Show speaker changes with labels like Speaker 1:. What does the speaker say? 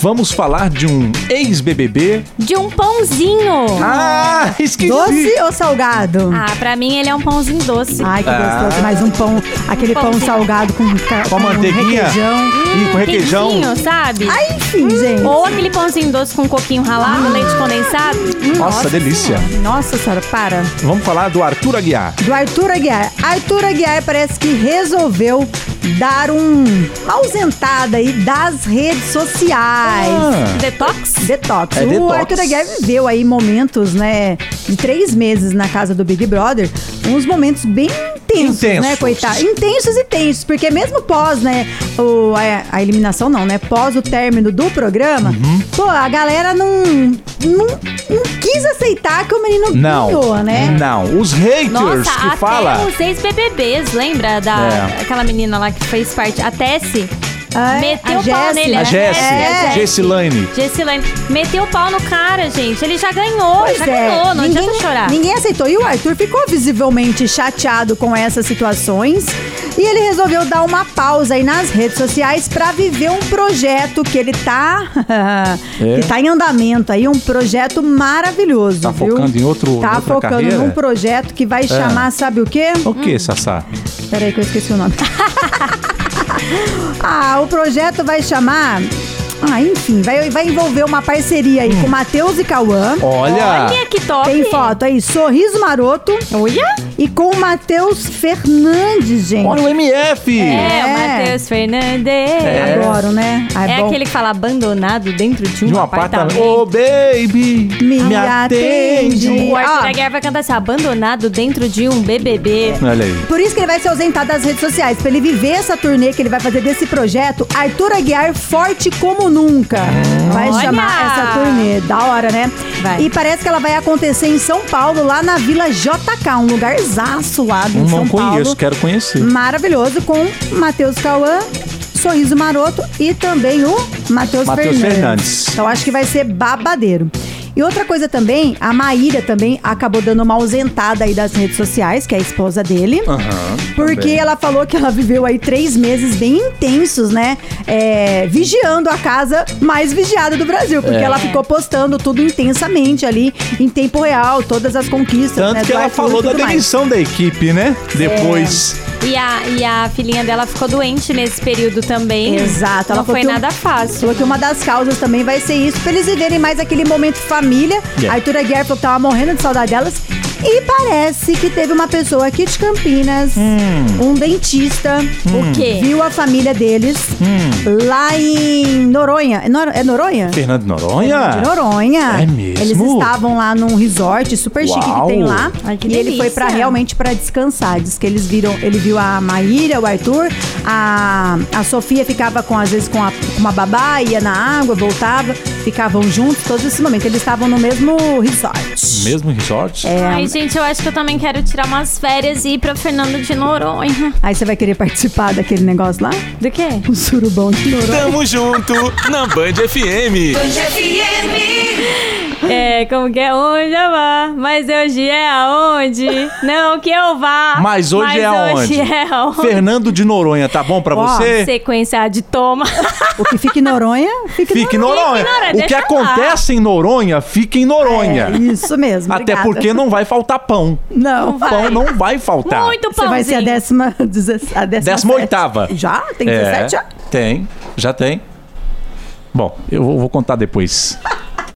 Speaker 1: vamos falar de um ex-BBB.
Speaker 2: De um pãozinho.
Speaker 1: Ah, esqueci!
Speaker 3: Doce ou salgado?
Speaker 2: Ah, pra mim ele é um pãozinho doce.
Speaker 3: Ai, que
Speaker 1: Ah.
Speaker 3: gostoso. Mais um pão, aquele pão
Speaker 2: Pãozinho.
Speaker 3: salgado com, ca-
Speaker 1: Com a manteiguinha.
Speaker 3: requeijão.
Speaker 2: Hum,
Speaker 1: Ih, com requeijão.
Speaker 2: Piquinho, sabe?
Speaker 3: Ai, enfim, gente.
Speaker 2: Ou aquele pãozinho doce com coquinho ralado, leite condensado. Hum,
Speaker 1: Ah. Nossa, delícia.
Speaker 3: Nossa senhora, para.
Speaker 1: Vamos falar do Arthur Aguiar.
Speaker 3: Do Arthur Aguiar. Arthur Aguiar parece que resolveu dar um uma ausentada aí das redes sociais.
Speaker 1: Ah,
Speaker 2: Detox?
Speaker 3: Detox.
Speaker 1: É
Speaker 3: o
Speaker 1: detox.
Speaker 3: Arthur Aguiar viveu aí momentos, né, de três meses na casa do Big Brother, uns momentos bem intensos,
Speaker 1: Intensos.
Speaker 3: né, coitado? Intensos e tensos, porque mesmo pós, né, o, a, a eliminação não, né, pós o término do programa,
Speaker 1: Uhum.
Speaker 3: pô, a galera não, não, não quis aceitar que o menino ganhou,
Speaker 1: não.
Speaker 3: né?
Speaker 1: Não. Os haters
Speaker 2: Nossa,
Speaker 1: que
Speaker 2: até
Speaker 1: fala.
Speaker 2: os ex-BBBs, lembra? Da,
Speaker 1: É.
Speaker 2: Aquela menina lá que fez parte, a Tessie.
Speaker 3: É,
Speaker 2: meteu
Speaker 3: a
Speaker 2: o pau
Speaker 3: Jessie.
Speaker 2: nele.
Speaker 1: A
Speaker 2: né?
Speaker 1: Jessie,
Speaker 2: É, a
Speaker 1: Gessilane.
Speaker 2: Gessilane. Meteu o pau no cara, gente. Ele já ganhou,
Speaker 3: Pois
Speaker 2: já
Speaker 3: é,
Speaker 2: ganhou. Não
Speaker 3: ninguém,
Speaker 2: adianta chorar.
Speaker 3: Ninguém aceitou. E o Arthur ficou visivelmente chateado com essas situações. E ele resolveu dar uma pausa aí nas redes sociais pra viver um projeto que ele tá. que tá em andamento aí, um projeto maravilhoso.
Speaker 1: É? Tá
Speaker 3: viu?
Speaker 1: focando em outro- em
Speaker 3: Tá
Speaker 1: outra
Speaker 3: focando
Speaker 1: carreira? É.
Speaker 3: num projeto que vai chamar, sabe o quê?
Speaker 1: O que, Sassá?
Speaker 3: Peraí que eu esqueci o nome. ah, o projeto vai chamar. Ah, enfim, vai, vai envolver uma parceria aí com Matheus e Cauã.
Speaker 1: Olha!
Speaker 2: Olha que top.
Speaker 3: Tem foto aí, sorriso maroto. Olha! E com o Matheus Fernandes, gente.
Speaker 1: Olha o MF!
Speaker 2: É,
Speaker 3: É.
Speaker 2: o Matheus Fernandes.
Speaker 1: É.
Speaker 3: Adoro, né? Ah,
Speaker 2: É
Speaker 3: bom.
Speaker 2: aquele que fala abandonado dentro de um,
Speaker 1: De um apartamento. Ô, baby!
Speaker 3: Me atende.
Speaker 2: O Arthur
Speaker 3: Ah.
Speaker 2: da Guerra vai cantar assim, abandonado dentro de um BBB.
Speaker 1: Olha aí.
Speaker 3: Por isso que ele vai se ausentar das redes sociais. Pra ele viver essa turnê que ele vai fazer desse projeto, Arthur Aguiar Forte Como Nunca. Vai
Speaker 2: É. Olha!
Speaker 3: chamar essa turnê. Da hora, né?
Speaker 2: Vai.
Speaker 3: E parece que ela vai acontecer em São Paulo, lá na Vila JK, um lugarzaço lá
Speaker 2: Um
Speaker 3: em
Speaker 1: Não
Speaker 3: São Paulo.
Speaker 1: conheço, quero conhecer.
Speaker 3: maravilhoso com Matheus Cauã, Sorriso Maroto e também o Matheus
Speaker 1: Matheus
Speaker 3: Fernandes.
Speaker 1: Fernandes.
Speaker 3: Então acho que vai ser babadeiro. E outra coisa também, a Maíra também acabou dando uma ausentada aí das redes sociais, que é a esposa dele.
Speaker 1: Aham,
Speaker 3: Porque
Speaker 1: Ah, também.
Speaker 3: ela falou que ela viveu aí três meses bem intensos, né? É, vigiando a casa mais vigiada do Brasil. Porque
Speaker 1: É.
Speaker 3: ela ficou postando tudo intensamente ali, em tempo real, todas as conquistas. né,
Speaker 1: Tanto que
Speaker 3: do
Speaker 1: ela
Speaker 3: Arthur e
Speaker 1: falou da
Speaker 3: tudo mais.
Speaker 1: demissão da equipe, né? é Depois.
Speaker 2: E a, e a filhinha dela ficou doente nesse período também.
Speaker 3: Exato, ela
Speaker 2: Não foi
Speaker 3: falou que
Speaker 2: nada fácil.
Speaker 3: Falou que uma das causas também vai ser isso, pra eles viverem mais aquele momento família.
Speaker 1: Yeah.
Speaker 3: Arthur Aguiar falou que tava morrendo de saudade delas. E parece que teve uma pessoa aqui de Campinas, um dentista,
Speaker 2: O quê?
Speaker 3: viu a família deles lá em Noronha. É Nor- É Noronha?
Speaker 1: Fernando Noronha?
Speaker 3: De Noronha.
Speaker 1: Ah, É mesmo?
Speaker 3: Eles estavam lá num resort super chique que
Speaker 1: Uau.
Speaker 3: tem lá.
Speaker 2: Ai, que
Speaker 3: e ele
Speaker 2: delícia.
Speaker 3: foi para realmente para descansar. Diz que eles viram, ele viu a Maíra, o Arthur, a, a Sofia ficava com às vezes com, a, com uma babá, ia na água, voltava, ficavam juntos todos esses momentos. Eles estavam no mesmo resort.
Speaker 1: Mesmo resort?
Speaker 2: Ai, gente, eu acho que eu também quero tirar umas férias e ir pra Fernando de Noronha.
Speaker 3: Aí você vai querer participar daquele negócio lá?
Speaker 2: Do quê?
Speaker 3: O surubão de Noronha.
Speaker 4: Tamo junto na Band FM.
Speaker 2: É, como que é onde eu vá? Mas hoje é aonde? Não que eu vá.
Speaker 1: Mas hoje é aonde?
Speaker 2: Hoje é aonde?
Speaker 1: Fernando de Noronha, tá bom pra
Speaker 3: Ó,
Speaker 1: você?
Speaker 2: Sequência de toma.
Speaker 3: O que fica em Noronha, fica,
Speaker 1: Fique em Noronha.
Speaker 2: Fique em Noronha,
Speaker 1: O que
Speaker 2: deixa
Speaker 1: acontece em Noronha, fica em Noronha.
Speaker 3: É, isso mesmo.
Speaker 1: Até
Speaker 3: obrigada.
Speaker 1: porque não vai faltar pão.
Speaker 3: Não,
Speaker 2: vai.
Speaker 1: Pão não vai faltar.
Speaker 2: Muito
Speaker 3: Você
Speaker 2: pãozinho.
Speaker 3: vai ser a décima. deze- A décima,
Speaker 1: Décima
Speaker 3: sete.
Speaker 1: oitava.
Speaker 3: Já? Tem
Speaker 1: É,
Speaker 3: 17 já?
Speaker 1: Tem, já tem. Bom, eu vou, vou contar depois.